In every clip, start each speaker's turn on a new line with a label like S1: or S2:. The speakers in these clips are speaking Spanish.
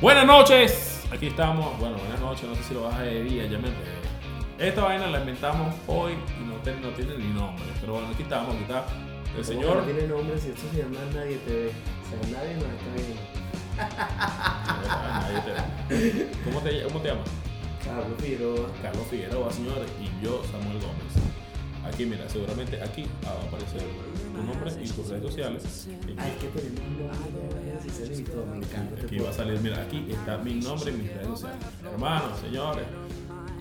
S1: Buenas noches. Aquí estamos. Bueno, buenas noches. No sé si lo vas a de día. Ya me enredé. Esta vaina la inventamos hoy y no, te- no tiene ni nombre. Pero bueno, aquí estamos. Aquí está el
S2: Como
S1: señor.
S2: que No tiene nombre, si esto se llama Nadie TV. O sea, nadie nos está viendo.
S1: Ah, Ahí te- ¿Cómo te, cómo te llamas?
S2: Carlos Figueroa.
S1: Carlos Figueroa, señores, y yo, Samuel Gómez. Aquí, mira, seguramente aquí va a aparecer tu nombre y tus redes sociales. Y
S2: Ay, que tenemos un nombre. Si se listo, me encanta. este
S1: Aquí va a salir, mira, aquí está mi nombre y mis redes sociales. Hermanos, señores,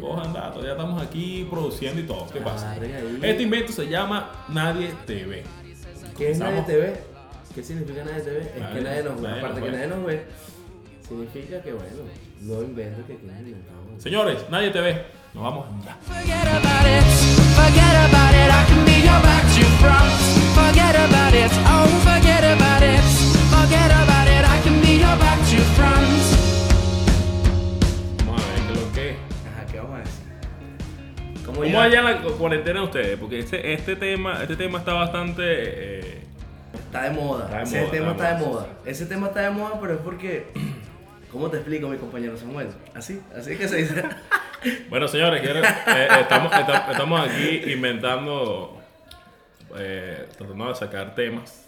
S1: cojan datos, ya estamos aquí produciendo y todo. ¿Qué pasa?
S2: Ay, ahí.
S1: Este invento se llama Nadie TV.
S2: podcast. ¿Qué es Nadie
S1: Estamos-
S2: TV? ¿Qué significa Nadie TV? Es
S1: Nadie-
S2: que nadie nos ve.
S1: nadie
S2: Aparte
S1: nos
S2: que
S1: ve.
S2: nadie nos ve, significa que bueno, no invento que tiene inventado.
S1: Señores, Nadie TV, nos vamos ya.
S3: Forget about it, forget about it, I can be your back to front. Forget about it, oh forget about it, forget about it, I can be your back to front.
S1: Vamos a ver qué es lo que es.
S2: Ajá, ¿qué vamos a decir? ¿Cómo,
S1: ¿Cómo
S2: ya?
S1: allá la cu- cuarentena de ustedes? Porque este, este, tema, este tema está bastante. eh,
S2: Está de moda.
S1: Está de
S2: Ese
S1: moda,
S2: tema
S1: está
S2: está
S1: de
S2: de moda. Ese tema está de moda, pero es porque. ¿Cómo te explico, mi compañero Samuel? Así, así es que se dice.
S1: Bueno, señores, quiero- eh, estamos, esta- estamos aquí inventando, eh, tratando de sacar temas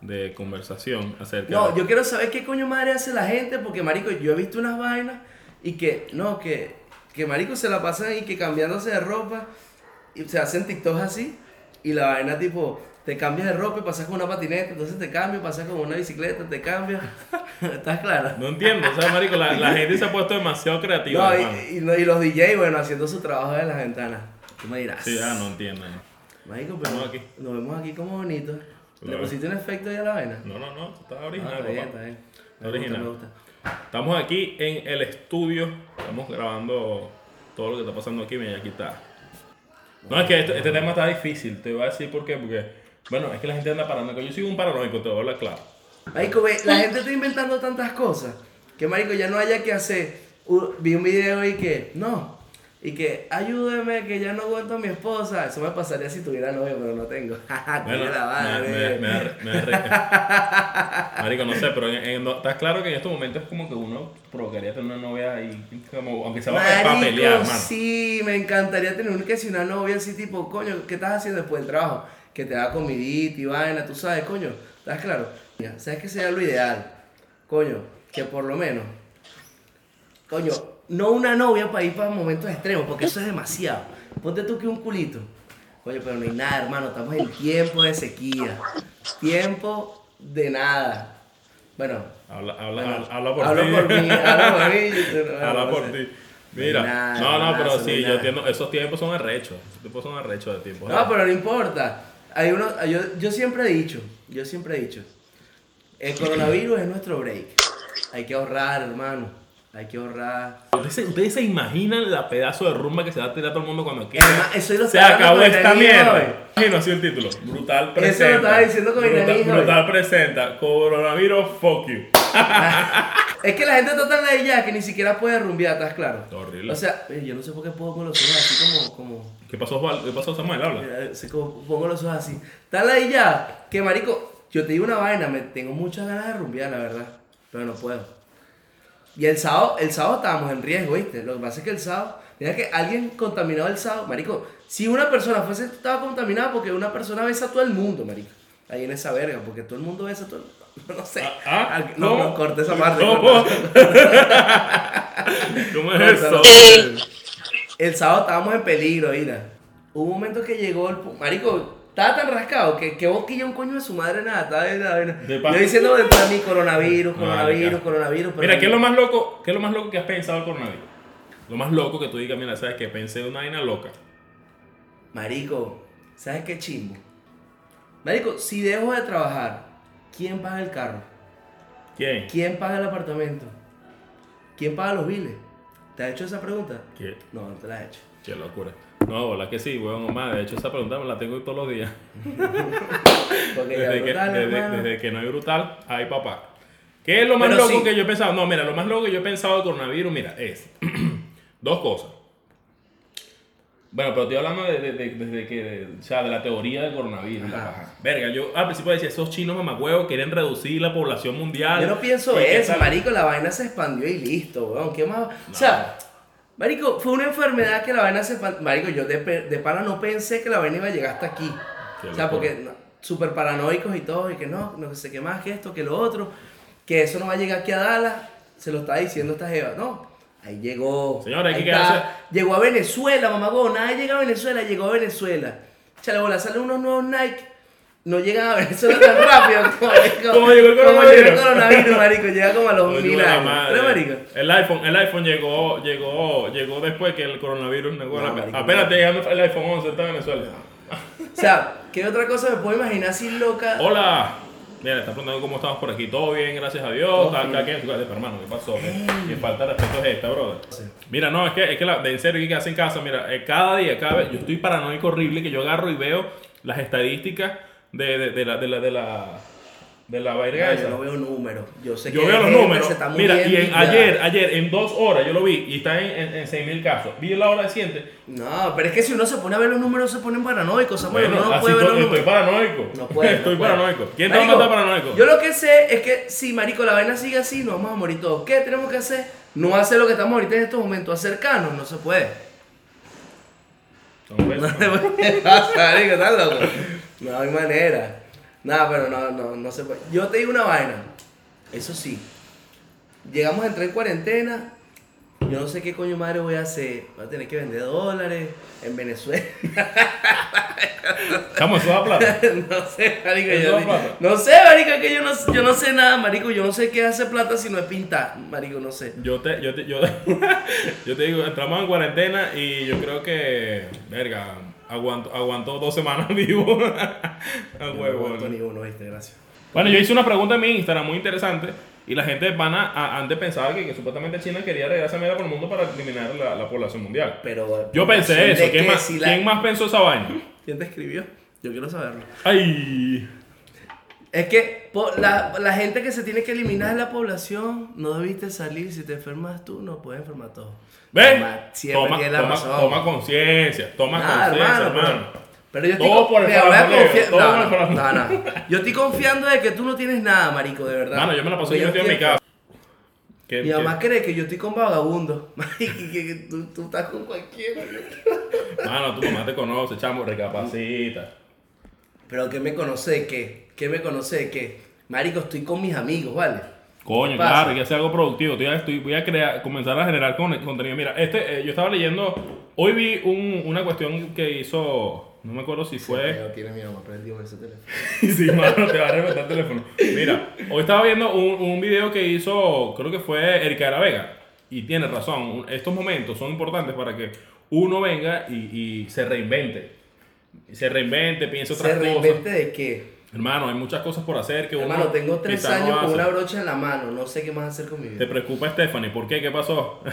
S1: de conversación acerca
S2: No,
S1: de...
S2: yo quiero saber qué coño madre hace la gente, porque marico, yo he visto unas vainas y que, no, que, que marico se la pasan y que cambiándose de ropa y se hacen TikToks así y la vaina tipo, te cambias de ropa y pasas con una patineta, entonces te cambias, pasas con una bicicleta, te cambias. ¿Estás clara?
S1: No entiendo, o sea, marico, la, la gente se ha puesto demasiado creativa,
S2: No,
S1: hermano.
S2: y, y no- y los DJ, bueno, haciendo su trabajo de las ventanas. Tú me dirás.
S1: Sí, ah, no entiendo. no.
S2: Marico, pero
S1: Estamos aquí.
S2: nos vemos aquí como bonito. ¿Le
S1: Claro.
S2: pusiste un efecto ahí a la vaina?
S1: No, no, no, está
S2: Ah,
S1: original,
S2: está bien,
S1: papá.
S2: está bien. Me
S1: Original.
S2: gusta, me gusta.
S1: Estamos aquí en el estudio, estamos grabando todo lo que está pasando aquí, mira, aquí está. No, es que este, este tema está difícil, te voy a decir por qué, porque, bueno, es que la gente anda paranoica. Yo soy un paranoico, te voy a hablar claro.
S2: Marico, ve, la gente está inventando tantas cosas que, marico, ya no haya que hacer. U- vi un video y que, no, y que, ayúdeme, que ya no aguanto a mi esposa. Eso me pasaría si tuviera novio, pero no tengo.
S1: Bueno,
S2: Coño, la
S1: me, me,
S2: madre.
S1: me da- me da risa. Marico, no sé, pero en- en- no- estás claro que en estos momentos es como que uno provocaría tener una novia y como, aunque sea para, para
S2: Marico,
S1: pelear, mano.
S2: sí, me encantaría tener un, que si una novia así tipo, coño, ¿qué estás haciendo después del trabajo? Que te da comidita y vaina, tú sabes, coño, ¿estás claro? Mira, ¿sabes qué sería lo ideal? Coño, que por lo menos, coño, no una novia para ir para momentos extremos, porque eso es demasiado. Ponte tú que un culito. Coño, pero no hay nada, hermano, estamos en tiempo de sequía, tiempo de nada. Bueno,
S1: Habla, habla,
S2: bueno,
S1: habla- habla por
S2: hablo
S1: ti.
S2: por mí, hablo por mí.
S1: Habla por ti. Mira,
S2: Nada,
S1: no, no,
S2: nada,
S1: pero
S2: eso no
S1: sí,
S2: es
S1: yo
S2: nada.
S1: entiendo, esos tiempos son arrechos, esos tiempos son arrechos de tiempo.
S2: No, pero no importa. Hay uno, yo, yo siempre he dicho, yo siempre he dicho, el coronavirus es nuestro break. Hay que ahorrar, hermano. Hay que ahorrar.
S1: ¿Ustedes, se- ustedes se imaginan la pedazo de rumba que se va a tirar todo el mundo cuando quiera.
S2: Herma- eso lo
S1: se
S2: estaba
S1: acabó
S2: hablando con
S1: esta
S2: Irene hoy.
S1: mierda. Imagino así el título. Brutal
S2: Eso lo
S1: presenta.
S2: estaba diciendo con Irene
S1: brutal,
S2: hoy.
S1: brutal presenta. Coronavirus, fuck you.
S2: Es que la gente está tan ella que ni siquiera puede rumbear, ¿estás claro?
S1: Está horrible.
S2: O sea, eh, yo no sé por qué puedo con los ojos así como... como
S1: ¿Qué pasó, Osvaldo? ¿Qué pasó, Samuel? Habla.
S2: Mira, se como- pongo los ojos así. Está la ya, que marico, yo te digo una vaina, me tengo muchas ganas de rumbear, la verdad, pero no puedo. Y el sábado, el sábado estábamos en riesgo, ¿viste? Lo que pasa es que el sábado, mira que alguien contaminado el sábado, marico, si una persona fuese, estaba contaminada porque una persona besa a todo el mundo, marico. Ahí en esa verga, porque todo el mundo besa a todo el mundo. No sé.
S1: Ah, ah,
S2: no,
S1: ¿cómo?
S2: no, corta esa parte.
S1: ¿Cómo?
S2: corta.
S1: ¿Cómo es eso?
S2: El sábado estábamos en peligro, mira. Hubo un momento que llegó el. pu- Marico, estaba tan rascado que, que boquilla un coño de su madre, nada. Estaba de la vaina.
S1: De pa-
S2: Yo diciendo de para mí, coronavirus, coronavirus,
S1: Marica.
S2: coronavirus. pero-
S1: Mira, ¿qué es lo más loco? ¿Qué es lo más loco que has pensado del coronavirus? Lo más loco que tú digas, mira, sabes que pensé una vaina loca.
S2: Marico, ¿sabes qué chimbo? Marico, si dejo de trabajar, ¿quién paga el carro?
S1: ¿Quién?
S2: ¿Quién paga el apartamento? ¿Quién paga los biles? ¿Te has hecho esa pregunta?
S1: ¿Qué?
S2: No, no te la has hecho.
S1: Qué locura. No, la que sí, weón, más. De hecho, esa pregunta me la tengo todos los días.
S2: Porque ya
S1: Desde que,
S2: brutal,
S1: desde-
S2: hermano.
S1: desde que no hay brutal, hay papá. ¿Qué es lo más
S2: Pero
S1: loco
S2: sí.
S1: que yo he pensado? No, mira, lo más loco que yo he pensado del coronavirus, mira, es dos cosas. Bueno, pero estoy hablando de, de- de- desde que, de- o sea, de la teoría del coronavirus. la paja. Verga, yo al principio decía, esos chinos mamacuevos quieren reducir la población mundial.
S2: Yo no pienso
S1: Y que
S2: eso,
S1: tal-
S2: marico, la vaina se expandió y listo, weón. ¿Qué más? O sea, marico, fue una enfermedad que la vaina se expandió. Marico, yo de, pe- de pana no pensé que la vaina iba a llegar hasta aquí.
S1: Qué
S2: o sea,
S1: locura.
S2: porque no, súper paranoicos y todo, y que no, no sé qué más, que esto, que lo otro, que eso no va a llegar aquí a Dallas, se lo está diciendo esta jeva, no. Ahí llegó.
S1: Señora, hay
S2: ahí
S1: que
S2: está.
S1: quedarse-
S2: Llegó a Venezuela, mamagón. Nadie llega a Venezuela, llegó a Venezuela. Chale, bola, salen unos nuevos Nike. No llegan a Venezuela tan rápido como,
S1: Como llegó el
S2: llegó el
S1: coronavirus.
S2: coronavirus, marico. Llega como a los
S1: Coño
S2: mil
S1: de la
S2: años.
S1: madre.
S2: ¿Pero, marico?
S1: El iPhone, el iPhone llegó, llegó, llegó después que el coronavirus llegó a la-
S2: No, marico,
S1: Apenas
S2: no.
S1: te llegando el iPhone 11 está en Venezuela.
S2: O sea, ¿qué otra cosa me puedo imaginar así loca?
S1: Oh, Hola. Mira, está preguntando cómo estamos por aquí. Todo bien, gracias a Dios. Está está aquí en su casa. Pero, hermano, ¿qué pasó? Que falta de respeto es esta, brother. Mira, no, es que, es que la, de en serio, ¿qué hace en casa? Mira, eh, cada día, cada vez, yo estoy paranoico horrible que yo agarro y veo las estadísticas de, de, de la, de la, de la, de la vaina
S2: No,
S1: esa.
S2: yo no veo números. Yo sé
S1: Yo
S2: que
S1: veo los
S2: gente
S1: números.
S2: se está muriendo
S1: Mira, y en-
S2: ya.
S1: ayer, ayer, en dos horas yo lo vi y está en, en, en 6.000 casos. Vi la hora siguiente.
S2: No, pero es que si uno se pone a ver los números, se ponen paranoicos. Samuel,
S1: Bueno,
S2: uno no
S1: así
S2: puede ver los
S1: estoy, estoy
S2: números.
S1: paranoico.
S2: No puede, no
S1: estoy
S2: puede.
S1: paranoico. ¿Quién te va a
S2: Marico,
S1: matar paranoico?
S2: Yo lo que sé es que si, marico, la vaina sigue así, nos vamos a morir todos. ¿Qué tenemos que hacer? No hacer lo que estamos ahorita en estos momentos, acercarnos, no se puede.
S1: Son besos.
S2: No se puede pasar, marico, ¿estás loco? No hay manera. Nada, pero no, no, no se puede. Yo te digo una vaina, eso sí. Llegamos a entrar en cuarentena, yo no sé qué coño madre voy a hacer. Voy a tener que vender dólares en Venezuela.
S1: Chamo, eso da plata.
S2: no sé, marico.
S1: ¿Eso
S2: Yo,
S1: da plata?
S2: no sé, marico, es que yo no, yo no sé nada, marico. Yo no sé qué hace plata si no es pintar, marico, no sé.
S1: Yo te, yo, te, yo, yo te digo, entramos en cuarentena y yo creo que, verga, aguantó, aguantó dos semanas vivo. A
S2: Yo no
S1: huevo,
S2: aguanto
S1: ¿no?
S2: ni uno, viste, gracias.
S1: Bueno, yo hice una pregunta en mi Instagram muy interesante y la gente de pana a- antes pensaba que, que supuestamente China quería regresar a por el mundo para eliminar la, la población mundial.
S2: Pero. eh,
S1: Yo pensé
S2: ¿de
S1: eso. ¿Quién
S2: qué?
S1: más,
S2: Si la-
S1: ¿Quién más pensó esa vaina?
S2: ¿Quién te escribió? Yo quiero saberlo.
S1: Ay.
S2: Es que po- la, la gente que se tiene que eliminar de la población no debiste salir. Si te enfermas tú, no puedes enfermar todos.
S1: ¿Ves?
S2: Toma, Siempre
S1: Toma,
S2: tienes la
S1: toma,
S2: razón.
S1: toma conciencia. Toma
S2: Nada,
S1: conciencia, hermano.
S2: pero- Pero yo estoy
S1: Todo
S2: con-
S1: por el
S2: mira, voy a
S1: faranduleo,
S2: confiar-
S1: todo
S2: no,
S1: por el
S2: no,
S1: faranduleo.
S2: no, no. Yo estoy confiando de que tú no tienes nada, marico, de verdad.
S1: Mano, yo me la paso
S2: Pues Yo
S1: yo estoy en mi
S2: estoy-
S1: casa. Que-
S2: Mi
S1: que-
S2: mamá cree que yo estoy con vagabundos. Marico, que, que tú, tú estás con cualquiera.
S1: Mano, tu mamá te conoce, chamo, recapacita.
S2: Pero ¿qué me conoce de qué? ¿Qué me conoce de qué? Marico, estoy con mis amigos, ¿vale?
S1: Coño,
S2: Pasa.
S1: claro, hay que hacer algo productivo. Estoy, estoy- voy a crear, comenzar a generar con- contenido. Mira, este, eh, yo estaba leyendo, hoy vi un- una cuestión que hizo, no me acuerdo si fue...
S2: Pero tiene mi mamá prendido en ese teléfono.
S1: Sí, mano, te va a reventar el teléfono. Mira, hoy estaba viendo un, un video que hizo, creo que fue Erika de la Vega. Y tiene razón, un- estos momentos son importantes para que uno venga y, y se reinvente. Y Se reinvente, piense otras
S2: ¿Se
S1: cosas.
S2: reinvente de qué?
S1: Hermano, hay muchas cosas por hacer que uno.
S2: Hermano, tengo tres
S1: quizás no
S2: años con
S1: hace.
S2: una brocha en la mano. No sé qué más hacer con mi vida.
S1: Te preocupa Stephanie, ¿por qué? ¿Qué pasó?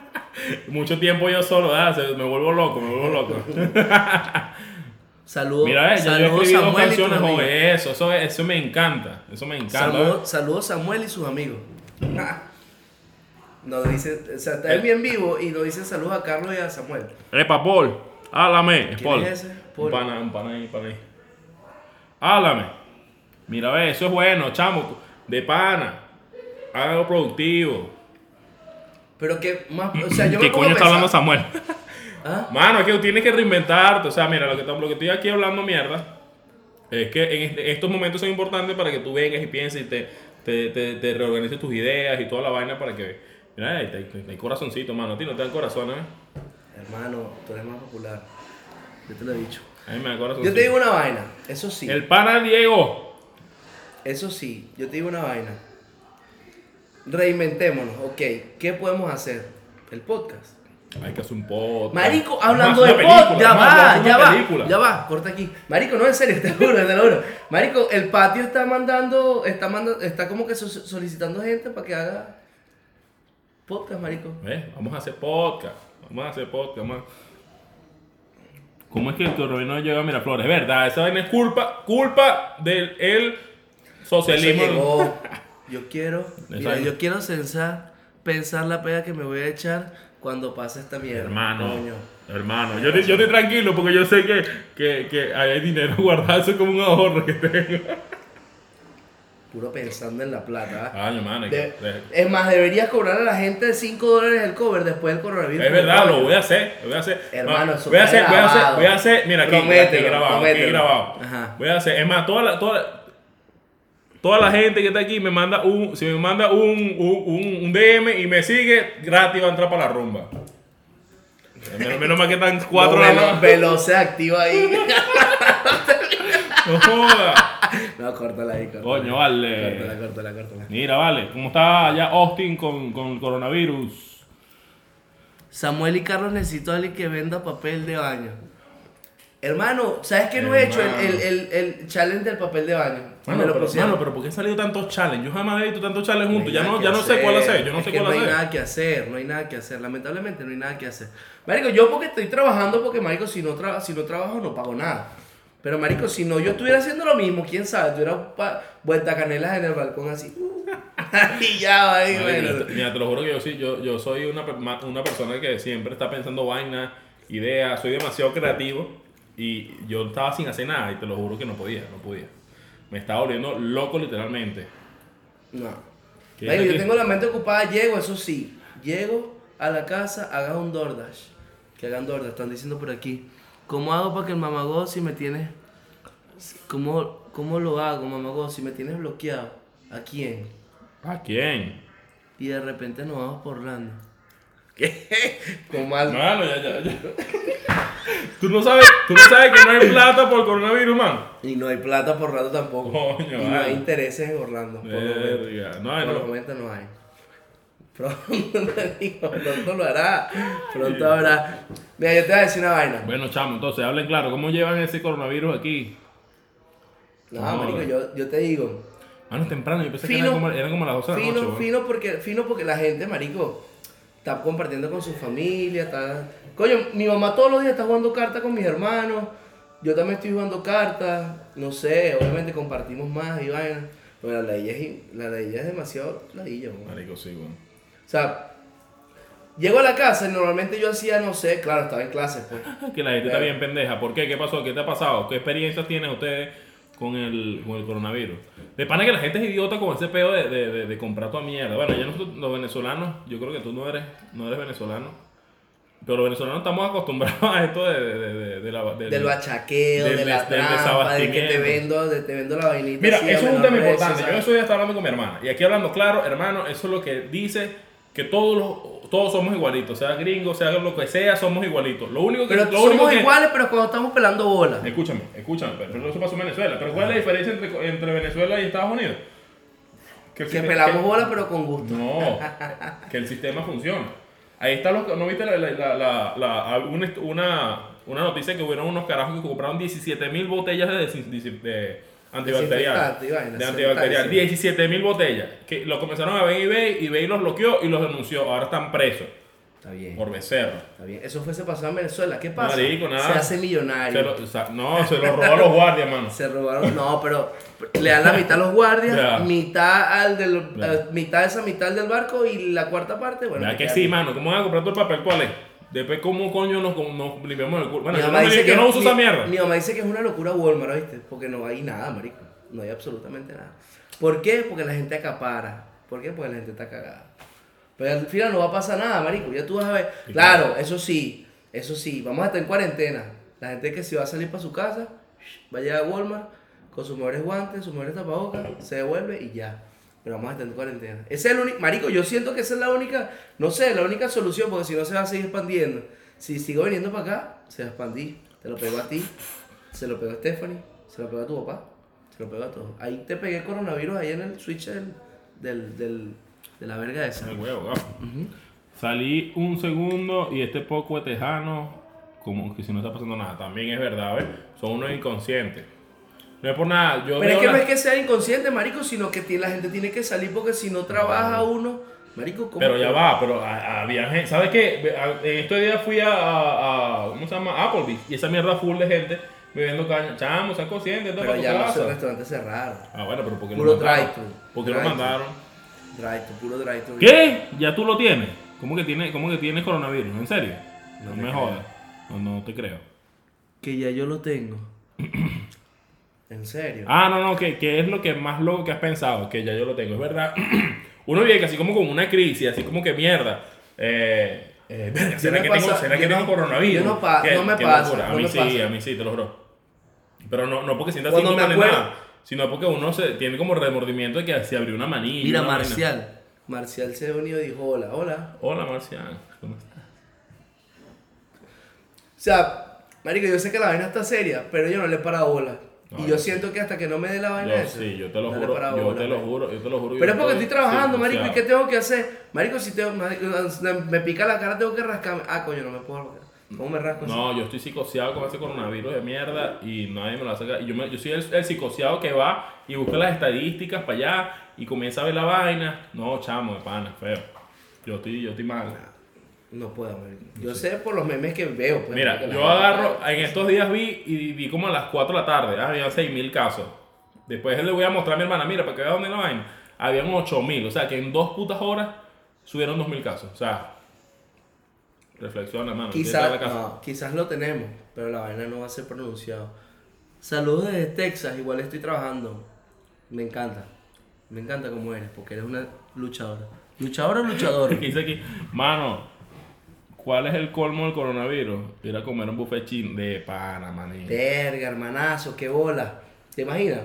S1: Mucho tiempo yo solo, ah, se- me vuelvo loco, me vuelvo loco.
S2: Saludos.
S1: Mira, eh, ya yo
S2: saludos
S1: escribí dos
S2: Samuel y tus
S1: canciones
S2: amigos.
S1: joven, eso, eso, eso me encanta, eso me encanta.
S2: Saludos saludos Samuel y sus amigos. Nos dicen, o sea,
S1: Eh.
S2: está él bien vivo y nos dicen saludos a Carlos y a Samuel.
S1: Epa, Paul, háblame.
S2: ¿Quién
S1: Paul.
S2: es ese? Paul.
S1: Un pana, un pana ahí, un pana ahí. Háblame. Mira, ve, eso es bueno, chamo. De pana. Haga algo productivo.
S2: Pero que más, o sea, yo me
S1: ¿Qué
S2: pongo a
S1: coño está
S2: pensar-
S1: hablando Samuel?
S2: ¿Ah?
S1: Mano, es que tú tienes que reinventarte. O sea, mira, lo que, lo que estoy aquí hablando mierda es que en este- estos momentos son importantes para que tú vengas y pienses y te, te, te- te reorganices tus ideas y toda la vaina para que. Mira, ahí te- te- te- hay corazoncito, mano. A ti no te dan corazón, ¿eh?
S2: Hermano, tú eres más popular. Yo te lo he dicho.
S1: A mí me dan corazón.
S2: Yo te digo una vaina, eso sí.
S1: El pana Diego.
S2: Eso sí, yo te digo una vaina. Reinventémonos, ok. ¿Qué podemos hacer? El podcast.
S1: Hay que hacer un podcast.
S2: Marico, hablando
S1: Más una
S2: de
S1: película,
S2: podcast, ya
S1: más, más
S2: va,
S1: una
S2: ya va,
S1: película.
S2: ya va, corta aquí. Marico, no, en serio, te lo juro, te lo juro. Marico, el patio está mandando, está mandando, está como que so- solicitando gente para que haga podcast, marico.
S1: ¿Ves? Vamos a hacer podcast. Vamos a hacer podcast. Vamos a- ¿Cómo es que el torrevino llegó a Miraflores? ¿Verdad? Esa vaina es culpa, culpa del el
S2: Eso
S1: socialismo.
S2: llegó. Yo quiero, mira,
S1: Exacto.
S2: yo quiero censar pensar la pega que me voy a echar cuando pase esta mierda.
S1: Hermano.
S2: Coño.
S1: Hermano, yo, te- yo estoy tranquilo porque yo sé que, que, que hay dinero guardado, eso es como un ahorro que tengo.
S2: Puro pensando en la plata. ¿ah?
S1: Coño, mano,
S2: De-
S1: es que-
S2: es más, deberías cobrar a la gente 5 dólares el cover después del coronavirus.
S1: Es verdad, lo voy a hacer, lo voy a hacer.
S2: Hermano,
S1: Va,
S2: eso
S1: voy a
S2: está
S1: hacer, voy a hacer,
S2: grabado.
S1: voy a hacer, mira aquí,
S2: Promételo,
S1: aquí grabado,
S2: promételo.
S1: aquí grabado.
S2: Ajá.
S1: Voy a hacer, es más, toda la, toda la, toda la gente que está aquí me manda un, si me manda un, un, un- un DM y me sigue, gratis va a entrar para la rumba. Menos, menos mal que están cuatro
S2: no,
S1: nada
S2: Velo-
S1: más.
S2: Velo se activa ahí.
S1: No joda.
S2: no, córtala ahí. Córtala.
S1: Coño, vale.
S2: Córtala, córtala, córtala.
S1: Mira, vale, ¿cómo está allá Austin con, con el coronavirus?
S2: Samuel y Carlos necesito a alguien que venda papel de baño. Hermano, ¿sabes qué no he hecho? El, el, el, el challenge del papel de baño.
S1: Mano,
S2: Me lo
S1: pero,
S2: pusieron.
S1: mano, pero ¿por qué han salido tantos challenges? Yo jamás he visto tantos challenges
S2: No hay
S1: juntos. Ya
S2: nada
S1: no,
S2: que
S1: ya no sé cuál hacer. Yo no
S2: Es
S1: sé
S2: que
S1: cuál
S2: No hay
S1: hacer.
S2: nada que hacer, no hay nada que hacer. Lamentablemente no hay nada que hacer. Marico, yo porque estoy trabajando, porque marico, si no, tra- si no trabajo no pago nada. Pero marico, si no yo estuviera haciendo lo mismo, quién sabe, tuviera pa- vuelta canelas en el balcón así. y ya, ahí,
S1: Marico,
S2: bueno.
S1: yo te- Mira, te lo juro que yo sí, yo, yo soy una, per- ma- una persona que siempre está pensando vainas, ideas, soy demasiado creativo y yo estaba sin hacer nada y te lo juro que no podía, no podía. Me estaba volviendo loco literalmente.
S2: No.
S1: ¿Qué
S2: Marico,
S1: es
S2: yo
S1: aquí?
S2: tengo la mente ocupada, llego, eso sí. Llego a la casa, haga un DoorDash. Que hagan DoorDash, están diciendo por aquí. ¿Cómo hago para que el mamagó si me tienes... ¿Cómo, cómo lo hago, mamagó, si me tienes bloqueado? ¿A quién?
S1: ¿A quién?
S2: Y de repente nos vamos por Orlando. ¿Qué? Con mal...
S1: Mano, ya, ya, ya. ¿Tú no, sabes, tú no sabes que no hay plata por coronavirus, man.
S2: Y no hay plata por Orlando tampoco.
S1: Coño,
S2: y no
S1: vale. Eh,
S2: hay intereses en Orlando. Por el momento.
S1: Verga. No,
S2: Por el
S1: no.
S2: momento no hay. Pronto, marico, pronto lo hará. Pronto habrá. Mira, yo te voy a decir una vaina.
S1: Bueno, chamo, entonces hablen claro, ¿cómo llevan ese coronavirus aquí?
S2: No,
S1: No,
S2: marico,
S1: bro.
S2: yo, yo te digo.
S1: Mano, es temprano, yo pensé que
S2: Fino.
S1: eran como, eran como las 12 de la noche.
S2: Fino,
S1: weón.
S2: fino porque, fino porque la gente, marico, está compartiendo con su familia, está... Coño, mi mamá todos los días está jugando cartas con mis hermanos. Yo también estoy jugando cartas. No sé, obviamente compartimos más y vaina. Pero la ladilla es, in- la ladilla es demasiado ladilla, weón.
S1: Marico, sí, weón.
S2: O sea, llego a la casa y normalmente yo hacía, no sé, claro, estaba en clase, pues.
S1: Que la gente está
S2: Pero-
S1: bien pendeja. ¿Por qué? ¿Qué pasó? ¿Qué te ha pasado? ¿Qué experiencias tienen ustedes con el, con el coronavirus? De pana que la gente es idiota con ese pedo de, de, de- de comprar toda mierda. Bueno, ya nosotros los venezolanos, yo creo que tú no eres, no eres venezolano. Pero los venezolanos estamos acostumbrados a esto de, de, de, de- de la... del-
S2: Del bachaqueo,
S1: del
S2: de la
S1: des- del
S2: trampa, de que te
S1: desabastimiento.
S2: vendo, de, te vendo la vainita.
S1: Mira,
S2: así a
S1: eso es un
S2: menor
S1: tema
S2: precio,
S1: importante.
S2: ¿sabes?
S1: Yo eso ya estaba hablando con mi hermana. Y aquí hablando claro, hermano, eso es lo que dice que todos los, todos somos igualitos. Sea gringo, sea lo que sea, somos igualitos. Lo único que...
S2: Pero
S1: lo único
S2: somos
S1: que-
S2: iguales, pero cuando estamos pelando bola.
S1: Escúchame, escúchame, pero pero eso pasó en Venezuela. Pero ¿cuál es la diferencia entre, entre Venezuela y Estados Unidos? el
S2: Que
S1: sistema-
S2: pelamos
S1: que-
S2: bola, pero con gusto.
S1: No, que el sistema funciona. Ahí está los. ¿No viste la, la, la, la- la- un est- una, una noticia que hubieron unos carajos que compraron 17 mil botellas de, desin- desin- de antibacterial?
S2: Desinfectante y vaina,
S1: De antibacterial.
S2: sanitario.
S1: 17 mil botellas. Que lo comenzaron a ver en eBay, eBay los bloqueó y los denunció. Ahora están presos
S2: Está bien.
S1: por becerro.
S2: Está bien. Eso fue se pasó en Venezuela. ¿Qué pasa?
S1: Marico, nada.
S2: Se hace
S1: Se lo-
S2: millonario.
S1: o sea, no, se los robó a los guardias, mano.
S2: Se robaron. No, pero le dan la mitad a los guardias,
S1: Ya.
S2: mitad al del,
S1: Ya.
S2: eh, mitad esa mitad del barco y la cuarta parte, bueno.
S1: ¿Verdad
S2: te
S1: que
S2: queda
S1: sí,
S2: a ti.
S1: mano? ¿Cómo vas a comprar tu papel? ¿Cuál es? Después, ¿cómo coño nos, nos limpiamos el culo? Bueno,
S2: Mi
S1: yo
S2: mamá
S1: no, me-
S2: dice
S1: yo
S2: que-
S1: no uso
S2: mi-
S1: esa mierda.
S2: Mi mamá dice que es una locura Walmart, ¿viste? Porque no hay nada, marico. No hay absolutamente nada. ¿Por qué? Porque la gente acapara. ¿Por qué? Porque la gente está cagada. Pero al final no va a pasar nada, marico. Ya tú vas a ver.
S1: Y
S2: Claro, eso sí. Eso sí. Vamos a estar en cuarentena. La gente que si va a salir para su casa, va a llegar a Walmart con sus mejores guantes, sus mejores tapabocas, se devuelve y ya. Pero vamos a estar en cuarentena. Ese es el único, marico, yo siento que esa es la única, no sé, la única solución, porque si no se va a seguir expandiendo. Si sigo viniendo para acá, se va a expandir. Te lo pego a ti, se lo pego a Stephanie, se lo pego a tu papá, se lo pego a todos. Ahí te pegué el coronavirus ahí en el switch del, del, del- de la verga esa.
S1: Ay, huevo, guau. Salí un segundo y este poco de tejano, como que si no está pasando nada. También es verdad, ¿ves? Son unos inconscientes. No es por nada. Yo
S2: Pero es
S1: veo
S2: que pues,
S1: la-
S2: no es que sea inconsciente, marico, sino que ti- la gente tiene que salir porque si no trabaja uno, marico, ¿cómo?
S1: Pero
S2: que-
S1: ya va, pero a- había gente. ¿Sabes qué? Ve- a- En estos días fui a, a- a- ¿Cómo se llama? Applebee's. Y esa mierda full de gente bebiendo caña. Chamo, sean conscientes, esto es
S2: Pero
S1: para tu
S2: ya los
S1: casa.
S2: restaurantes cerrados.
S1: Ah, bueno, pero ¿por qué
S2: Puro
S1: lo mandaron?
S2: drive-thru.
S1: ¿Por qué lo
S2: Drive-thru.
S1: mandaron?
S2: Dry, tú puro dry. tú-
S1: ¿Qué? ¿Ya tú lo tienes? ¿Cómo que tienes, cómo que tienes coronavirus? ¿En serio? No, me jodas. No, no te creo.
S2: Que ya yo lo tengo. ¿En serio?
S1: Ah, no, no, que, que es lo que más loco que has pensado, que ya yo lo tengo, es verdad. Uno vive que así como con una crisis, así como que mierda. Eh, eh, verga, ¿será,
S2: me
S1: que
S2: pasa-
S1: tengo, ¿Será
S2: yo
S1: que
S2: no-
S1: tengo coronavirus?
S2: yo no pa-
S1: ¿Qué-
S2: no me
S1: qué
S2: pasa,
S1: locura? A
S2: no
S1: mí
S2: me
S1: sí,
S2: pasa.
S1: a mí sí, te lo juro. Pero no, no porque sientas
S2: Cuando me
S1: síntomas ni
S2: acuerdo-
S1: nada, sino porque uno se, tiene como remordimiento de que se abrió una manilla.
S2: Mira,
S1: una vaina.
S2: Marcial. Marcial se ha unido y dijo, hola, hola.
S1: Hola, Marcial. ¿Cómo estás?
S2: O sea, marico, yo sé que la vaina está seria, pero yo no le he parado bola.
S1: No,
S2: y
S1: yo
S2: yo siento que hasta que no me dé la vaina
S1: Yo,
S2: esa,
S1: sí, yo te lo
S2: no le he
S1: juro,
S2: parado
S1: yo
S2: bola, pues.
S1: te lo
S2: marico.
S1: juro, yo te lo juro.
S2: Pero
S1: yo
S2: es porque
S1: estoy
S2: estoy trabajando, marico, ¿y
S1: desquiciado.
S2: qué tengo que hacer? Marico, si tengo, marico, me pica la cara, tengo que rascarme. Ah, coño, no me puedo rascar. ¿Cómo me rasco así?
S1: No, yo estoy psicoseado con ese coronavirus de mierda y nadie me lo saca. Y yo, me- yo soy el, el psicoseado que va y busca las estadísticas para allá y comienza a ver la vaina. No, chamo, de pana, feo. Yo estoy, yo estoy mal.
S2: No puedo, marico. Yo sé por los memes que veo. pues,
S1: Mira,
S2: marico,
S1: yo
S2: la-
S1: agarro, en estos días vi y vi como a las 4 de la tarde, ah, habían 6 mil casos. Después le voy a mostrar a mi hermana, mira, para que vea dónde es la vaina. Habían 8 mil, o sea que en dos putas horas subieron 2 mil casos. O sea, reflexiona, hermano.
S2: Quizás, no, quizás lo tenemos, pero la vaina no va a ser pronunciado. Saludos desde Texas, igual estoy trabajando. Me encanta. Me encanta cómo eres, porque eres una luchadora. ¿Luchadora o luchadora?
S1: que dice aquí, mano, ¿cuál es el colmo del coronavirus? Ir a comer un buffet chin de pana, maní.
S2: Verga, hermanazo, qué bola. ¿Te imaginas?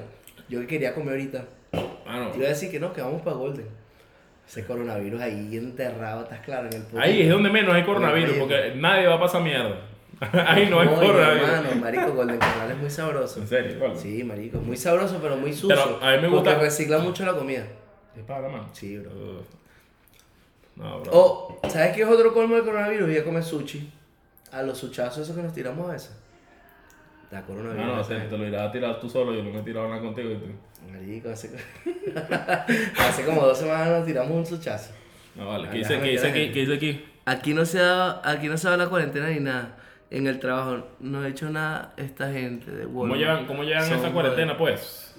S2: Yo que quería comer ahorita.
S1: Mano,
S2: Te iba a decir que no, que vamos para Golden. Ese coronavirus ahí enterrado, estás claro, en el poder.
S1: ahí es donde menos hay coronavirus,
S2: Oye.
S1: porque nadie va a pasar mierda. Ahí no hay
S2: Coño,
S1: coronavirus.
S2: hermano, marico, Golden Corral es muy sabroso.
S1: En serio, ¿cuál?
S2: Sí, marico, muy sabroso, pero muy sucio.
S1: Pero a mí me
S2: porque
S1: gusta-
S2: recicla mucho la comida.
S1: De pana, mano.
S2: Sí, bro.
S1: Ugh. No, bro.
S2: O, ¿sabes qué es otro colmo del coronavirus? Ir a comer sushi. A los suchazos esos que nos tiramos a veces. La coronavirus.
S1: Mano,
S2: esa
S1: te,
S2: gente.
S1: te lo irás a tirar tú solo, yo no me he tirado nada contigo. y tú-
S2: Marico, hace... hace como dos semanas nos tiramos un suchazo.
S1: No, vale. ¿Qué
S2: Ay,
S1: dice,
S2: déjame
S1: ¿qué dice
S2: tirar
S1: aquí?
S2: gente.
S1: ¿Qué dice aquí?
S2: Aquí no se ha dado, aquí no se ha dado la cuarentena ni nada. En el trabajo no he hecho nada esta gente de Walmart.
S1: ¿Cómo llevan, cómo llevan
S2: Son
S1: esa cuarentena, pues?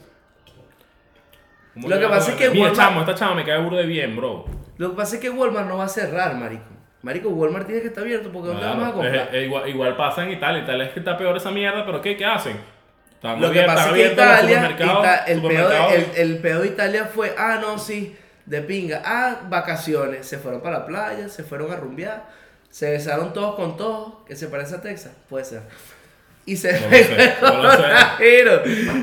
S1: ¿Cómo
S2: Lo que
S1: llevan
S2: pasa
S1: la
S2: es que
S1: cuarentena? Mira,
S2: Walmart-
S1: chamo, esta chama me cae burda de bien, bro.
S2: Lo que pasa es que Walmart no va a cerrar, marico. Marico, Walmart tiene que estar abierto porque ¿dónde vamos a
S1: Claro,
S2: comprar?
S1: eh, eh, igual, igual pasa en Italia. Italia es que está peor esa mierda, pero ¿qué, qué hacen? Están
S2: Lo que
S1: abiertos-
S2: pasa es que
S1: están abiertos
S2: Italia, Ita- el, peor
S1: supermercados.
S2: el, el peor de Italia fue, ah, no, sí, de pinga, ah, vacaciones, se fueron para la playa, se fueron a rumbear, se besaron todos con todos, que se parece a Texas, puede ser. Y se
S1: No lo
S2: pegó
S1: sé,
S2: el
S1: no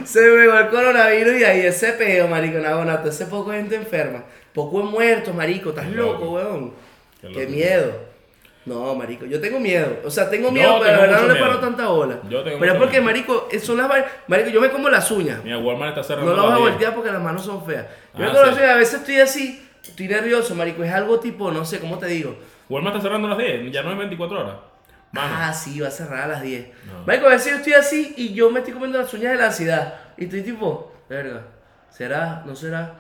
S1: lo sé.
S2: coronavirus, se pegó el coronavirus y ahí ese peo, marico, nabonato, ese poco de gente enferma, poco de muertos, marico, estás
S1: Qué
S2: loco,
S1: loco.
S2: weón,
S1: Qué
S2: qué,
S1: loco.
S2: miedo. No, marico, yo tengo miedo. O sea, tengo
S1: Yo
S2: miedo, pero
S1: tengo
S2: la verdad
S1: mucho
S2: no le paro
S1: miedo.
S2: tanta bola.
S1: Yo tengo
S2: pero
S1: mucho
S2: es porque,
S1: miedo.
S2: marico, eh, son las vainas- Marico, yo me como las uñas.
S1: Mira, Walmart está cerrando.
S2: No las
S1: a
S2: voy a
S1: las 10.
S2: voltear porque las manos son feas. Yo me
S1: Ah,
S2: como las
S1: sí.
S2: uñas, a veces estoy así, estoy nervioso, marico. Es algo tipo, no sé, ¿cómo te digo?
S1: Walmart está cerrando a las 10, ya no es 24 horas. Mano,
S2: Ah, sí, va a cerrar a las 10.
S1: No.
S2: Marico, a veces yo estoy así y yo me estoy comiendo las uñas de la ansiedad. Y estoy tipo, verga, ¿será? ¿No será?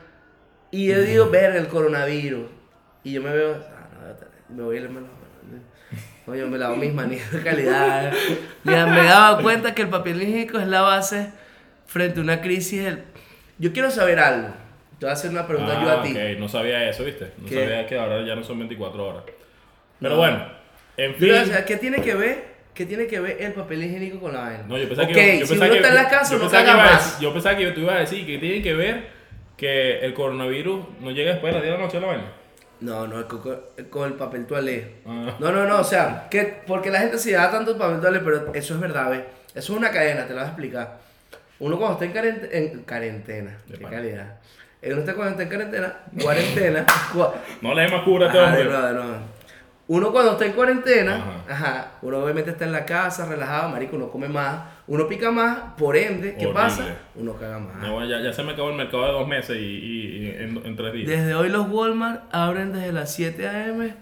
S2: Y yo digo, verga, el coronavirus. Y yo me veo, ah, no, ya te- me voy a irme Coño, me lavo mis manitas de calidad. Mira, me daba cuenta que el papel higiénico es la base frente a una crisis. del- Yo quiero saber algo. Te voy a hacer una pregunta yo a
S1: Ah,
S2: ti.
S1: ok, no sabía eso, ¿viste? No
S2: ¿Qué?
S1: sabía que ahora ya no son 24 horas. Pero
S2: No.
S1: bueno, en
S2: Yo
S1: fin.
S2: le voy a decir, ¿Qué tiene que ver? ¿Qué tiene que ver el papel higiénico con la vaina?
S1: No, yo pensaba
S2: Ok,
S1: que yo
S2: si
S1: pensaba
S2: uno
S1: que-
S2: está en la casa,
S1: yo
S2: no
S1: pensaba que
S2: caga
S1: iba a
S2: más.
S1: decir- Yo pensaba que tú ibas a decir que tiene que ver que el coronavirus no llega después de las 10 de la noche, ¿no? vaina.
S2: No, no, con, con- con el papel toalé.
S1: Ah.
S2: No, no, no, o sea, que porque la gente se da tanto el papel toalé, pero eso es verdad, ¿ves? Eso es una cadena, te la voy a explicar. Uno cuando está en cuarentena, en cuarentena,
S1: De
S2: qué
S1: pana.
S2: calidad. Eh, Uno está cuando está en cuarentena, cuarentena, cua-
S1: No le dé más cura a este
S2: Ajá, de
S1: hombre.
S2: nuevo, de nuevo. Uno cuando está en cuarentena,
S1: Ajá.
S2: ajá. uno obviamente está en la casa, relajado, marico, uno come más, uno pica más, por ende, ¿qué
S1: Horrible.
S2: pasa? Uno caga más.
S1: No, bueno, ya, ya se me acabó el mercado de dos meses y, y- y en, en tres días.
S2: Desde hoy los Walmart abren desde las 7 a.m.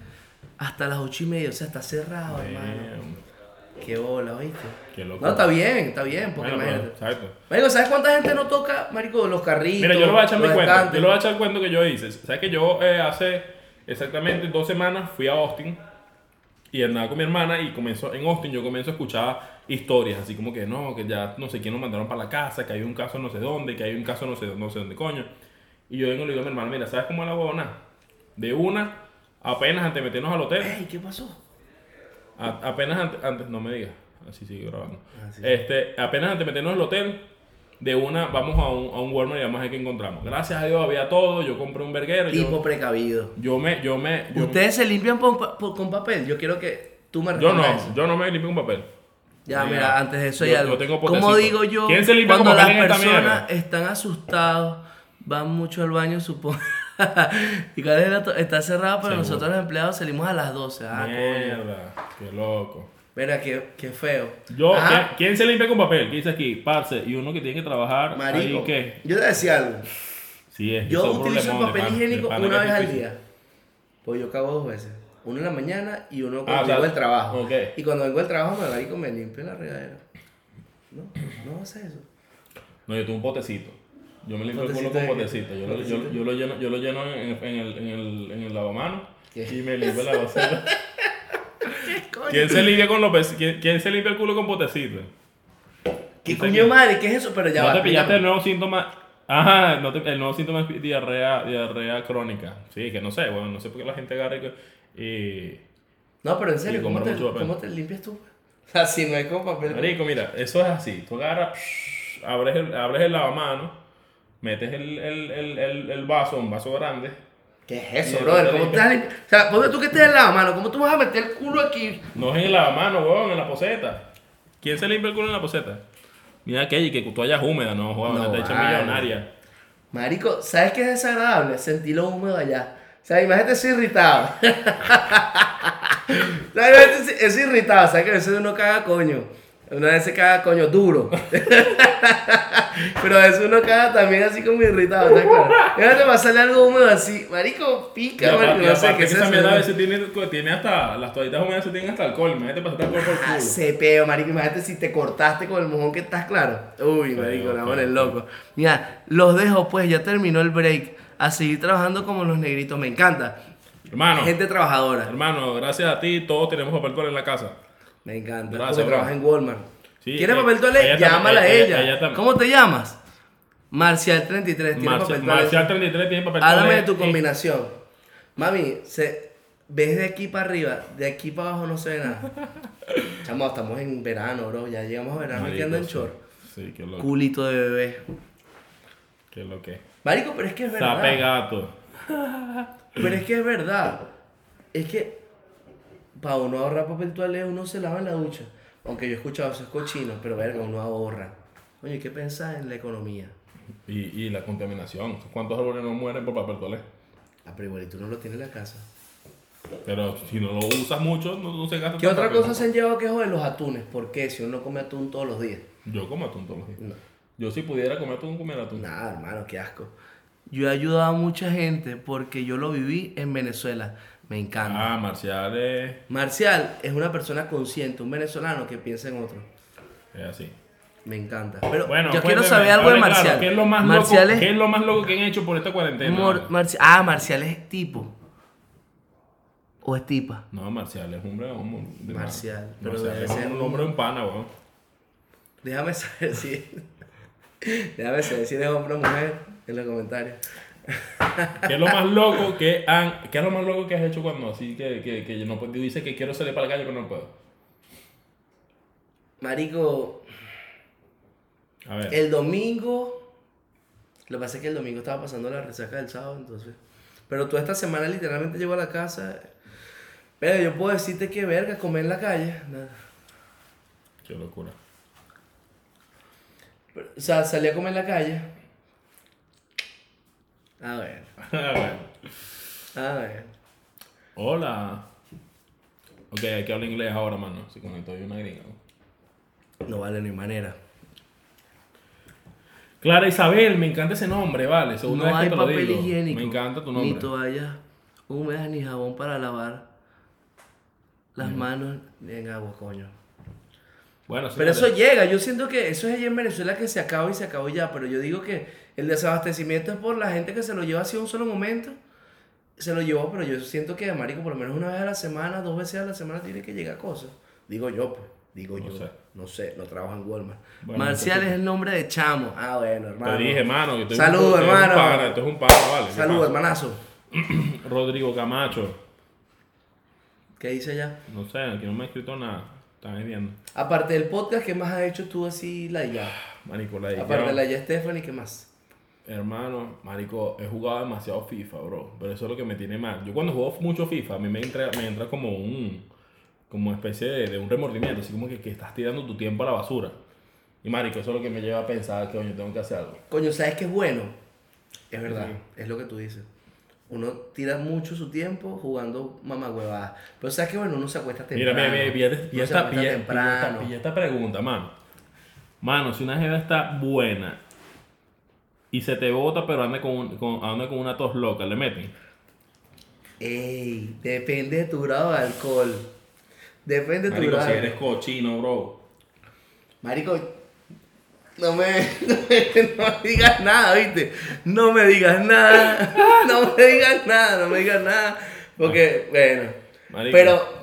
S2: hasta las 8 y media. O sea, está cerrado, hermano.
S1: Damn.
S2: Qué bola, ¿oíste?
S1: Qué loco.
S2: No, está bien, está bien, porque
S1: Bueno, pero,
S2: imagínate.
S1: exacto.
S2: Marico, ¿sabes cuánta gente no toca, marico, los carritos?
S1: Mira, yo le voy a echar mi
S2: los
S1: cuento.
S2: estantes?
S1: Yo le voy a echar el cuento que yo hice. ¿Sabes que yo eh, hace exactamente dos semanas fui a Austin y andaba con mi hermana y comenzó en Austin yo comienzo a escuchar historias así como que no, que ya no sé quién nos mandaron para la casa, que hay un caso no sé dónde, que hay un caso no sé, no sé dónde coño. Y yo vengo y le digo a mi hermana, mira, ¿sabes cómo es la huevona? De una, apenas antes de meternos al hotel.
S2: Ey, ¿qué pasó?
S1: A- apenas antes, antes- no me digas, así sigue grabando.
S2: Ah, sí.
S1: Este, apenas antes de meternos al hotel, de una vamos a un, a un Walmart y vamos a ver qué encontramos. Gracias a Dios había todo, yo compré un verguero,
S2: Tipo
S1: yo,
S2: precavido.
S1: yo me, yo me, yo,
S2: Ustedes se limpian pon- pa- po- con papel. Yo quiero que tú me
S1: yo
S2: respondas eso.
S1: no, yo no me limpio un papel.
S2: Ya,
S1: Mira,
S2: mira, antes de eso hay
S1: yo-
S2: algo.
S1: yo tengo
S2: Como
S1: potecito.
S2: digo yo,
S1: ¿Quién se limpia
S2: cuando
S1: con
S2: las
S1: papel en esta
S2: personas
S1: mierda?
S2: están asustados, van mucho al baño, supongo. ¿Y cuál es el dato? Está cerrado, pero
S1: Seguro.
S2: nosotros los empleados salimos a las 12. Ah, coño.
S1: Mierda, qué loco.
S2: Mira, qué, qué feo. Ah,
S1: Yo,
S2: Ajá,
S1: ¿quién, quién se limpia con papel? ¿Qué dice aquí? Parce, y uno que tiene que trabajar ahí
S2: marico.
S1: que.
S2: Yo te decía algo.
S1: Sí, es que
S2: Yo
S1: son
S2: utilizo el
S1: problemones,
S2: papel
S1: pana,
S2: higiénico
S1: pana que
S2: una
S1: es
S2: vez al
S1: difícil.
S2: día. Pues yo cago dos veces. Uno en la mañana y uno
S1: Ah,
S2: cuando
S1: o sea,
S2: vengo del trabajo.
S1: ok.
S2: Y cuando vengo del trabajo me marico me limpio la regadera. No, no haces eso.
S1: No, yo tengo un potecito. Yo me limpio el culo
S2: ¿Potecito
S1: con
S2: de qué?
S1: potecito. Yo, lo- yo-
S2: ¿Potecito?
S1: yo lo lleno, yo lo lleno en, en el, en, el, en el lavamanos
S2: ¿Qué?
S1: y me limpio la basura. ¿Quién se limpia con los pec- ¿Quién, quién se limpia el culo con potecito?
S2: ¿Qué
S1: Dice
S2: coño
S1: que-
S2: madre? ¿Qué es eso? Pero ya
S1: no
S2: va.
S1: te pillaste
S2: explícame.
S1: el nuevo síntoma. Ajá, no te- el nuevo síntoma es diarrea, diarrea crónica. Sí, que no sé, bueno, no sé por qué la gente agarra y- y
S2: No, pero en serio,
S1: Y
S2: ¿cómo
S1: comprar
S2: te,
S1: mucho papel.
S2: ¿cómo te limpias tú? O sea, si Ah, no hay con papel.
S1: Marico, mira, eso es así. Tú agarras, psh, abres el, abres el lavamanos, metes el, el, el, el, el vaso, un vaso grande.
S2: ¿Qué es
S1: Y
S2: eso,
S1: el
S2: brother?
S1: papel
S2: ¿Cómo te vas a limpiar? O sea, ponte tú que estés en la mano, ¿cómo tú vas a meter el culo aquí?
S1: No es en el lavamanos, weón, en la poseta. ¿Quién se limpia el culo en la poseta? Mira aquella que tú hayas húmeda, no, joder,
S2: No
S1: te echas
S2: vale.
S1: millonaria.
S2: Marico, ¿sabes qué es desagradable? Sentir lo húmedo allá. O sea, imagínate eso irritado. O sea, imagínate eso- eso irritado. ¿Sabes que a veces uno caga coño? Una vez se caga coño duro. Pero a veces uno caga también así como irritado, ¿está claro? Imagínate pasarle algo húmedo así. Marico,
S1: Y
S2: pica,
S1: aparte,
S2: marico. No sé
S1: aparte
S2: qué
S1: que
S2: es
S1: esa mierda a
S2: eso.
S1: veces tiene, tiene hasta, las toallitas húmedas se tienen hasta alcohol, imagínate pasarte alcohol por el
S2: Ah,
S1: culo.
S2: se peo, marico. Imagínate si te cortaste con el mojón que estás claro. Uy, marico,
S1: Feo,
S2: la
S1: feo,
S2: pones
S1: feo.
S2: loco. Mira, los dejo pues, ya terminó el break. A seguir trabajando como los negritos, me encanta.
S1: Hermano,
S2: Gente trabajadora,
S1: hermano, gracias a ti todos tenemos papel para en la casa.
S2: me encanta.
S1: Gracias,
S2: porque
S1: bro.
S2: trabaja en Walmart.
S1: Sí,
S2: ¿Quieres
S1: eh,
S2: papel
S1: ella
S2: toalé?
S1: también,
S2: Llámala a
S1: ella-
S2: ella.
S1: ella también.
S2: ¿Cómo te llamas? Marcial33. ¿Tienes
S1: Marcial,
S2: papel toalé?
S1: Marcial 33 tiene papel Eh. para
S2: Háblame de tu combinación. Mami, se, ves de aquí para arriba, de aquí para abajo no se ve nada. Chamo, estamos en verano, bro. Ya llegamos a verano y que ando en short.
S1: Sí, qué loco,
S2: Culito de bebé.
S1: qué loco.
S2: Marico, pero es que es verdad.
S1: Está pegado.
S2: Pero es que es verdad. Es que para uno ahorrar papel toalé, uno se lava en la ducha. Aunque yo he escuchado esos cochinos, pero verga, uno ahorra. Oye, ¿qué pensás en la economía?
S1: Y, y la contaminación. ¿Cuántos árboles no mueren por papel toalé?
S2: Ah, pero igual, y tú no lo tienes en la casa.
S1: Pero si no lo usas mucho, no, no se gasta.
S2: ¿Qué
S1: tanto
S2: otra
S1: papel.
S2: cosa se han llevado que es de los atunes? ¿Por qué? Si uno no come atún todos los días.
S1: Yo como atún todos los días.
S2: No.
S1: Yo si pudiera comer atún, comer atún.
S2: Nada, hermano, qué asco. Yo he ayudado a mucha gente porque yo lo viví en Venezuela. Me encanta.
S1: Ah, Marcial es,
S2: Marcial es una persona consciente, un venezolano que piensa en otro.
S1: es así.
S2: Me encanta. Pero
S1: Bueno,
S2: yo quiero
S1: cuénteme,
S2: saber algo de
S1: hable claro,
S2: Marcial.
S1: ¿qué, es lo más
S2: Marcial
S1: loco,
S2: es
S1: ¿Qué es lo más loco que han hecho por esta cuarentena?
S2: Mor- Marci- ah, Marcial es tipo. O es tipa.
S1: no, Marcial es hombre de homo. de
S2: Marcial,
S1: nada.
S2: pero
S1: Marcial
S2: debe
S1: es
S2: ser
S1: un
S2: un-
S1: hombre de un pana, weón.
S2: Déjame saber si. Déjame saber si eres hombre o mujer en los comentarios.
S1: ¿Qué es lo más loco que han, qué es lo más loco que has hecho cuando así que, que, que yo no puedo, dices que quiero salir para la calle pero no puedo?
S2: Marico,
S1: A ver.
S2: el domingo. Lo que pasa es que el domingo estaba pasando la resaca del sábado, entonces. Pero toda esta semana literalmente llego a la casa. Pero yo puedo decirte que verga, comer en la calle. nada.
S1: Qué locura.
S2: Pero, o sea, salí a comer en la calle. A ver, a ver.
S1: Hola. Ok, hay que hablar inglés ahora, mano. Si conectó hay una gringa. ¿no?
S2: No vale ni manera.
S1: Clara Isabel, me encanta ese nombre, vale. Segunda
S2: No
S1: vez
S2: hay
S1: que te lo
S2: papel
S1: digo.
S2: higiénico.
S1: Me encanta tu
S2: Ni
S1: nombre.
S2: toallas húmedas ni jabón para lavar las manos en agua, coño.
S1: Bueno,
S2: Pero
S1: señores,
S2: eso llega, yo siento que eso es allá en Venezuela que se acaba y se acabó ya, pero yo digo que el desabastecimiento es por la gente que se lo lleva así a un solo momento, se lo llevó, pero yo siento que, marico, por lo menos una vez a la semana, dos veces a la semana tiene que llegar cosas. Digo yo, pues, digo
S1: No
S2: yo,
S1: sé.
S2: no sé, no trabajo en Walmart.
S1: Bueno,
S2: Marcial
S1: entonces-
S2: es el nombre de chamo. Ah, bueno, hermano.
S1: Te dije, mano. que tú eres
S2: Saludos,
S1: un- tú eres un
S2: hermano.
S1: pana, Tú eres un pana, vale. ¿Qué
S2: Saludos,
S1: pasa?
S2: hermanazo.
S1: Rodrigo Camacho.
S2: ¿Qué dice allá?
S1: No sé, aquí no me ha escrito nada. Estás viendo.
S2: Aparte del podcast, ¿qué más has hecho tú así, la ya?
S1: Marico, la
S2: Aparte de
S1: dedicaron.
S2: la ya Stephanie, ¿qué más?
S1: Hermano, marico, he jugado demasiado FIFA, bro. Pero eso es lo que me tiene mal. Yo cuando juego mucho FIFA, a mí me entra, me entra como un... Como especie de, de un remordimiento. Así como que, que estás tirando tu tiempo a la basura. Y marico, eso es lo que me lleva a pensar que, coño, tengo que hacer algo.
S2: Coño, ¿sabes qué es bueno? Es verdad,
S1: Sí.
S2: es lo que tú dices. Uno tira mucho su tiempo jugando mamagüevadas. Pero ¿sabes qué bueno? Uno se acuesta
S1: Mira,
S2: temprano.
S1: mira, mira, pilla,
S2: Uno
S1: esta-
S2: se
S1: pilla esta,
S2: acuesta
S1: pilla
S2: temprano.
S1: esta- pilla esta pregunta, mano. Mano, si una jeva está buena y se te bota, pero anda con, un- con- anda con una tos loca, le meten.
S2: Ey, depende de tu grado de alcohol. Depende de tu
S1: Marico,
S2: grado.
S1: si eres cochino, bro.
S2: Marico, no me, no me- no me digas nada, ¿viste? No me digas nada. No me digas nada, no me digas nada.
S1: Ah.
S2: Porque, bueno.
S1: Marico.
S2: Pero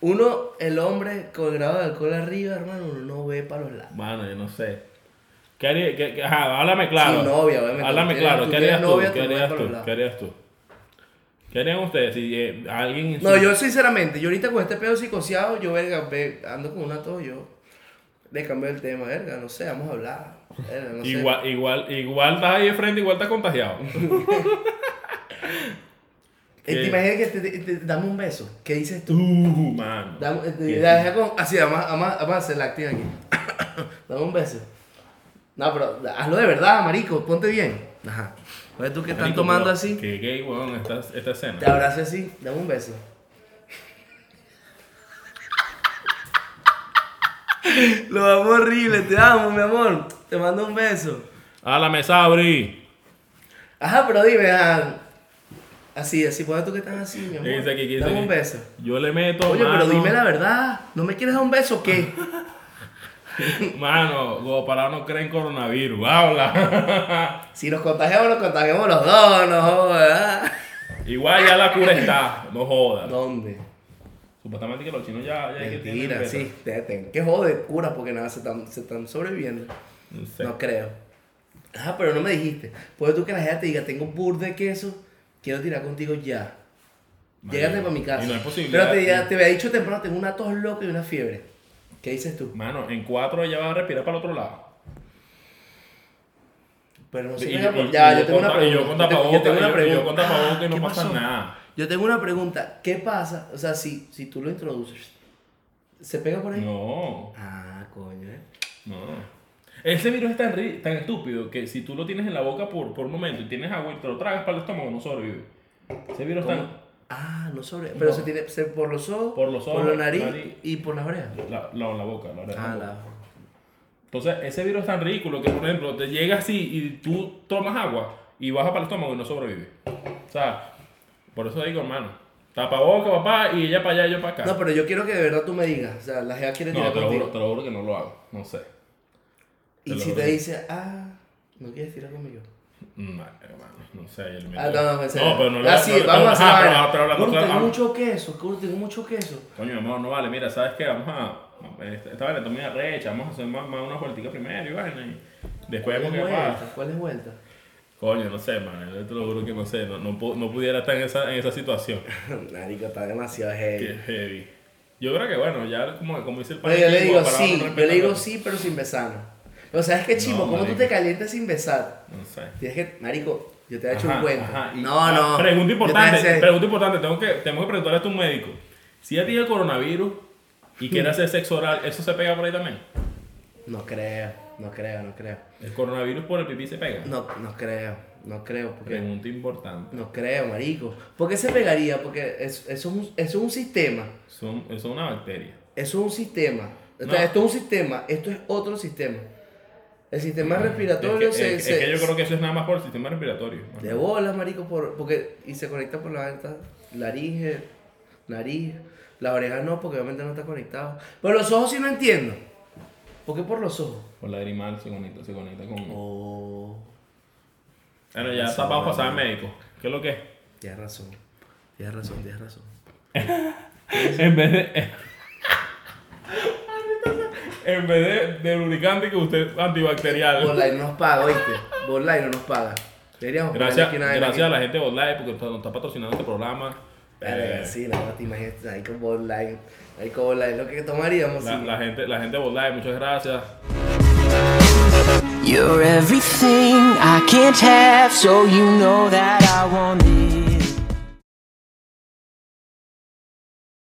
S2: uno, el hombre con el grado de alcohol arriba, hermano, uno no ve para los lados.
S1: Mano, yo no sé. ¿Qué haría- qué- qué- ajá, háblame claro.
S2: Sin novia, obviamente.
S1: Háblame
S2: Tú
S1: claro.
S2: tienes-
S1: ¿Qué
S2: tú
S1: harías
S2: tienes
S1: tú? ¿Qué
S2: novia, tú no vas
S1: harías
S2: para
S1: tú?
S2: los lados.
S1: ¿Qué harías tú? ¿Qué harían ustedes si eh, alguien... en
S2: No,
S1: su-
S2: yo sinceramente, yo ahorita con este pedo psicoseado, yo verga, ve- ando con una tos, yo le cambio el tema, verga, no sé, vamos a hablar. verga, no sé.
S1: Igual, igual, igual estás ahí de frente, igual estás contagiado.
S2: Eh,
S1: que-
S2: ¿Te imaginas que te, te- te- dame un beso? ¿Qué dices tú?
S1: Tú, mano.
S2: Dame, eh, te-
S1: Qué
S2: la deja con- así, vamos, vamos, vamos a hacer la activa aquí. dame un beso. No, pero hazlo de verdad, marico, ponte bien. Ajá. Oye, tú que están
S1: Marico,
S2: tomando
S1: pero
S2: así,
S1: Qué gay, weón, esta, esta escena.
S2: te abrazo así, dame un beso. Lo amo horrible, te amo, mi amor. Te mando un beso.
S1: A la mesa, Abri.
S2: Ajá, pero dime, ajá. Así, así, ponte tú que estás así, mi amor.
S1: ¿Qué dice aquí? ¿Qué dice
S2: dame
S1: aquí?
S2: un beso.
S1: Yo le meto.
S2: Oye,
S1: mano,
S2: pero dime la verdad. ¿No me quieres dar un beso o qué?
S1: Mano, Gopalá no cree en coronavirus. Habla.
S2: Si nos contagiamos, nos contagiamos los dos, no jodas.
S1: Igual ya la cura está. No jodas.
S2: ¿Dónde?
S1: Supuestamente que los chinos ya. ya que tienen
S2: Mentira,
S1: beta.
S2: sí. te- te- ¿Qué joder de curas? Porque nada, se están, se están sobreviviendo.
S1: No sé.
S2: No creo. Ah, pero no me dijiste. Puede tú que la gente te diga, tengo bur de queso, quiero tirar contigo ya.
S1: Marico,
S2: Llégate para mi casa.
S1: y no hay
S2: Pero
S1: posibilidad.
S2: te, diga- te había dicho temprano, tengo una tos loca y una fiebre. ¿Qué dices tú?
S1: Mano, en cuatro ella va a respirar para el otro lado.
S2: Pero no sé.
S1: Y
S2: venga,
S1: yo-
S2: pues,
S1: y-
S2: ya,
S1: y
S2: yo,
S1: yo
S2: tengo
S1: con
S2: una
S1: ta- y yo con
S2: pregunta. tengo-
S1: tapabocas,
S2: tengo
S1: y
S2: una
S1: yo- y yo
S2: pregunta.
S1: con tapabocas y
S2: Ah,
S1: no
S2: ¿qué
S1: pasa
S2: pasó?
S1: nada.
S2: Yo tengo una pregunta. ¿Qué pasa? O sea, si, si tú lo introduces, ¿se pega por ahí?
S1: No,
S2: Ah, coño, eh.
S1: no. Ese virus es tan, ri- tan estúpido que si tú lo tienes en la boca por, por un momento y tienes agua y te lo tragas para el estómago, no sobrevive. Ese virus es tan.
S2: Ah, no sobre. Pero
S1: No.
S2: se tiene se- por los ojos,
S1: Por los
S2: por la
S1: ojos,
S2: nariz,
S1: nariz.
S2: y por las orejas.
S1: La, la, la boca, la oreja.
S2: Ah,
S1: la boca.
S2: la.
S1: Entonces, ese virus es tan ridículo que, por ejemplo, te llega así y tú tomas agua y baja para el estómago y no sobrevive. O sea, por eso digo, hermano, tapaboca, papá, y ella para allá y yo para acá.
S2: No, pero yo quiero que de verdad tú me digas. O sea, la jeva quiere
S1: No,
S2: tirar
S1: te, lo juro,
S2: contigo.
S1: te lo juro que no lo hago. No sé. te
S2: y
S1: lo
S2: si
S1: juro.
S2: te dice, ah, no quieres tirar conmigo.
S1: Mm, vale, hermano, no sé. yo le meto-
S2: Ah, no, no, en serio.
S1: pero no lo
S2: Ah, sí,
S1: no le-
S2: vamos a hacer.
S1: ajá,
S2: la
S1: pero-
S2: vaina.
S1: pero ah, la
S2: Gordo,
S1: cosa-
S2: tengo
S1: vamos-
S2: mucho queso, gordo, tengo mucho queso.
S1: Coño, mi amor, no vale, mira, ¿sabes qué? Vamos a. este, Esta esta vaina está muy arrecha, vamos a hacer más, más unas vuelticas primero y vaina. Y después vemos
S2: ¿Cuál
S1: qué
S2: es
S1: pasa.
S2: vuelta? ¿Cuál es vuelta?
S1: Coño, no sé, man, yo te lo juro que no sé, no, no, pu- no pudiera estar en esa, en esa situación.
S2: Marico, está demasiado
S1: Qué
S2: heavy.
S1: heavy. Yo creo que bueno, ya como, como dice el
S2: Pero
S1: pana
S2: yo
S1: aquí,
S2: le digo
S1: Guapará,
S2: sí,
S1: no
S2: yo
S1: respeta
S2: le digo
S1: nada.
S2: sí, pero sin besarnos. O sea, es que chimo, ¿cómo tú
S1: marico.
S2: te calientas sin besar?
S1: No sé.
S2: Tienes que, marico, yo te he hecho
S1: Ajá,
S2: un cuento.
S1: ajá, y-
S2: no,
S1: ah,
S2: no.
S1: Pregunta
S2: Yo te
S1: importante,
S2: voy a hacer-
S1: pregunta importante, tengo que, tengo que preguntarle a tu médico. Si ella tiene el coronavirus y quiere hacer sexo oral, ¿eso se pega por ahí también?
S2: No creo, no creo, no creo.
S1: ¿El coronavirus por el pipí se pega?
S2: No, no creo, no creo. Porque,
S1: Pregunta importante.
S2: no creo, marico. ¿Por qué se pegaría? Porque es- eso es, un, eso es un sistema.
S1: Son, eso es una bacteria.
S2: Eso es un sistema. O sea,
S1: No.
S2: esto es un sistema, esto es otro sistema. El sistema respiratorio
S1: Mm, es que,
S2: se.
S1: es-
S2: se-
S1: es que yo creo que eso es nada más por el sistema respiratorio.
S2: De bola, marico, por, porque, y se conecta por la venta, laringe, nariz, las orejas no, porque obviamente no está conectado. Pero los ojos sí no entiendo. ¿Por qué por los ojos?
S1: Por lagrimal se conecta, se conecta con...
S2: Oh,
S1: Bueno, ya está para pasar al médico. ¿Qué es lo que es?
S2: tienes razón, tienes razón, tienes razón.
S1: en vez de. en vez de, de lubricante que usted
S2: Borline
S1: antibacterial.
S2: no nos paga, ¿oíste? Borline no nos paga. Deberíamos poner
S1: Gracias,
S2: aquí una vaina
S1: gracias a
S2: que-
S1: la gente de Online porque nos está patrocinando este programa.
S2: Verga,
S1: Eh,
S2: sí, no, te imaginas, hay como online, hay como online, lo que tomaríamos,
S1: la,
S2: sí.
S1: la gente, la gente de Online, muchas gracias.
S4: You're everything I can't have, so you know that I want it.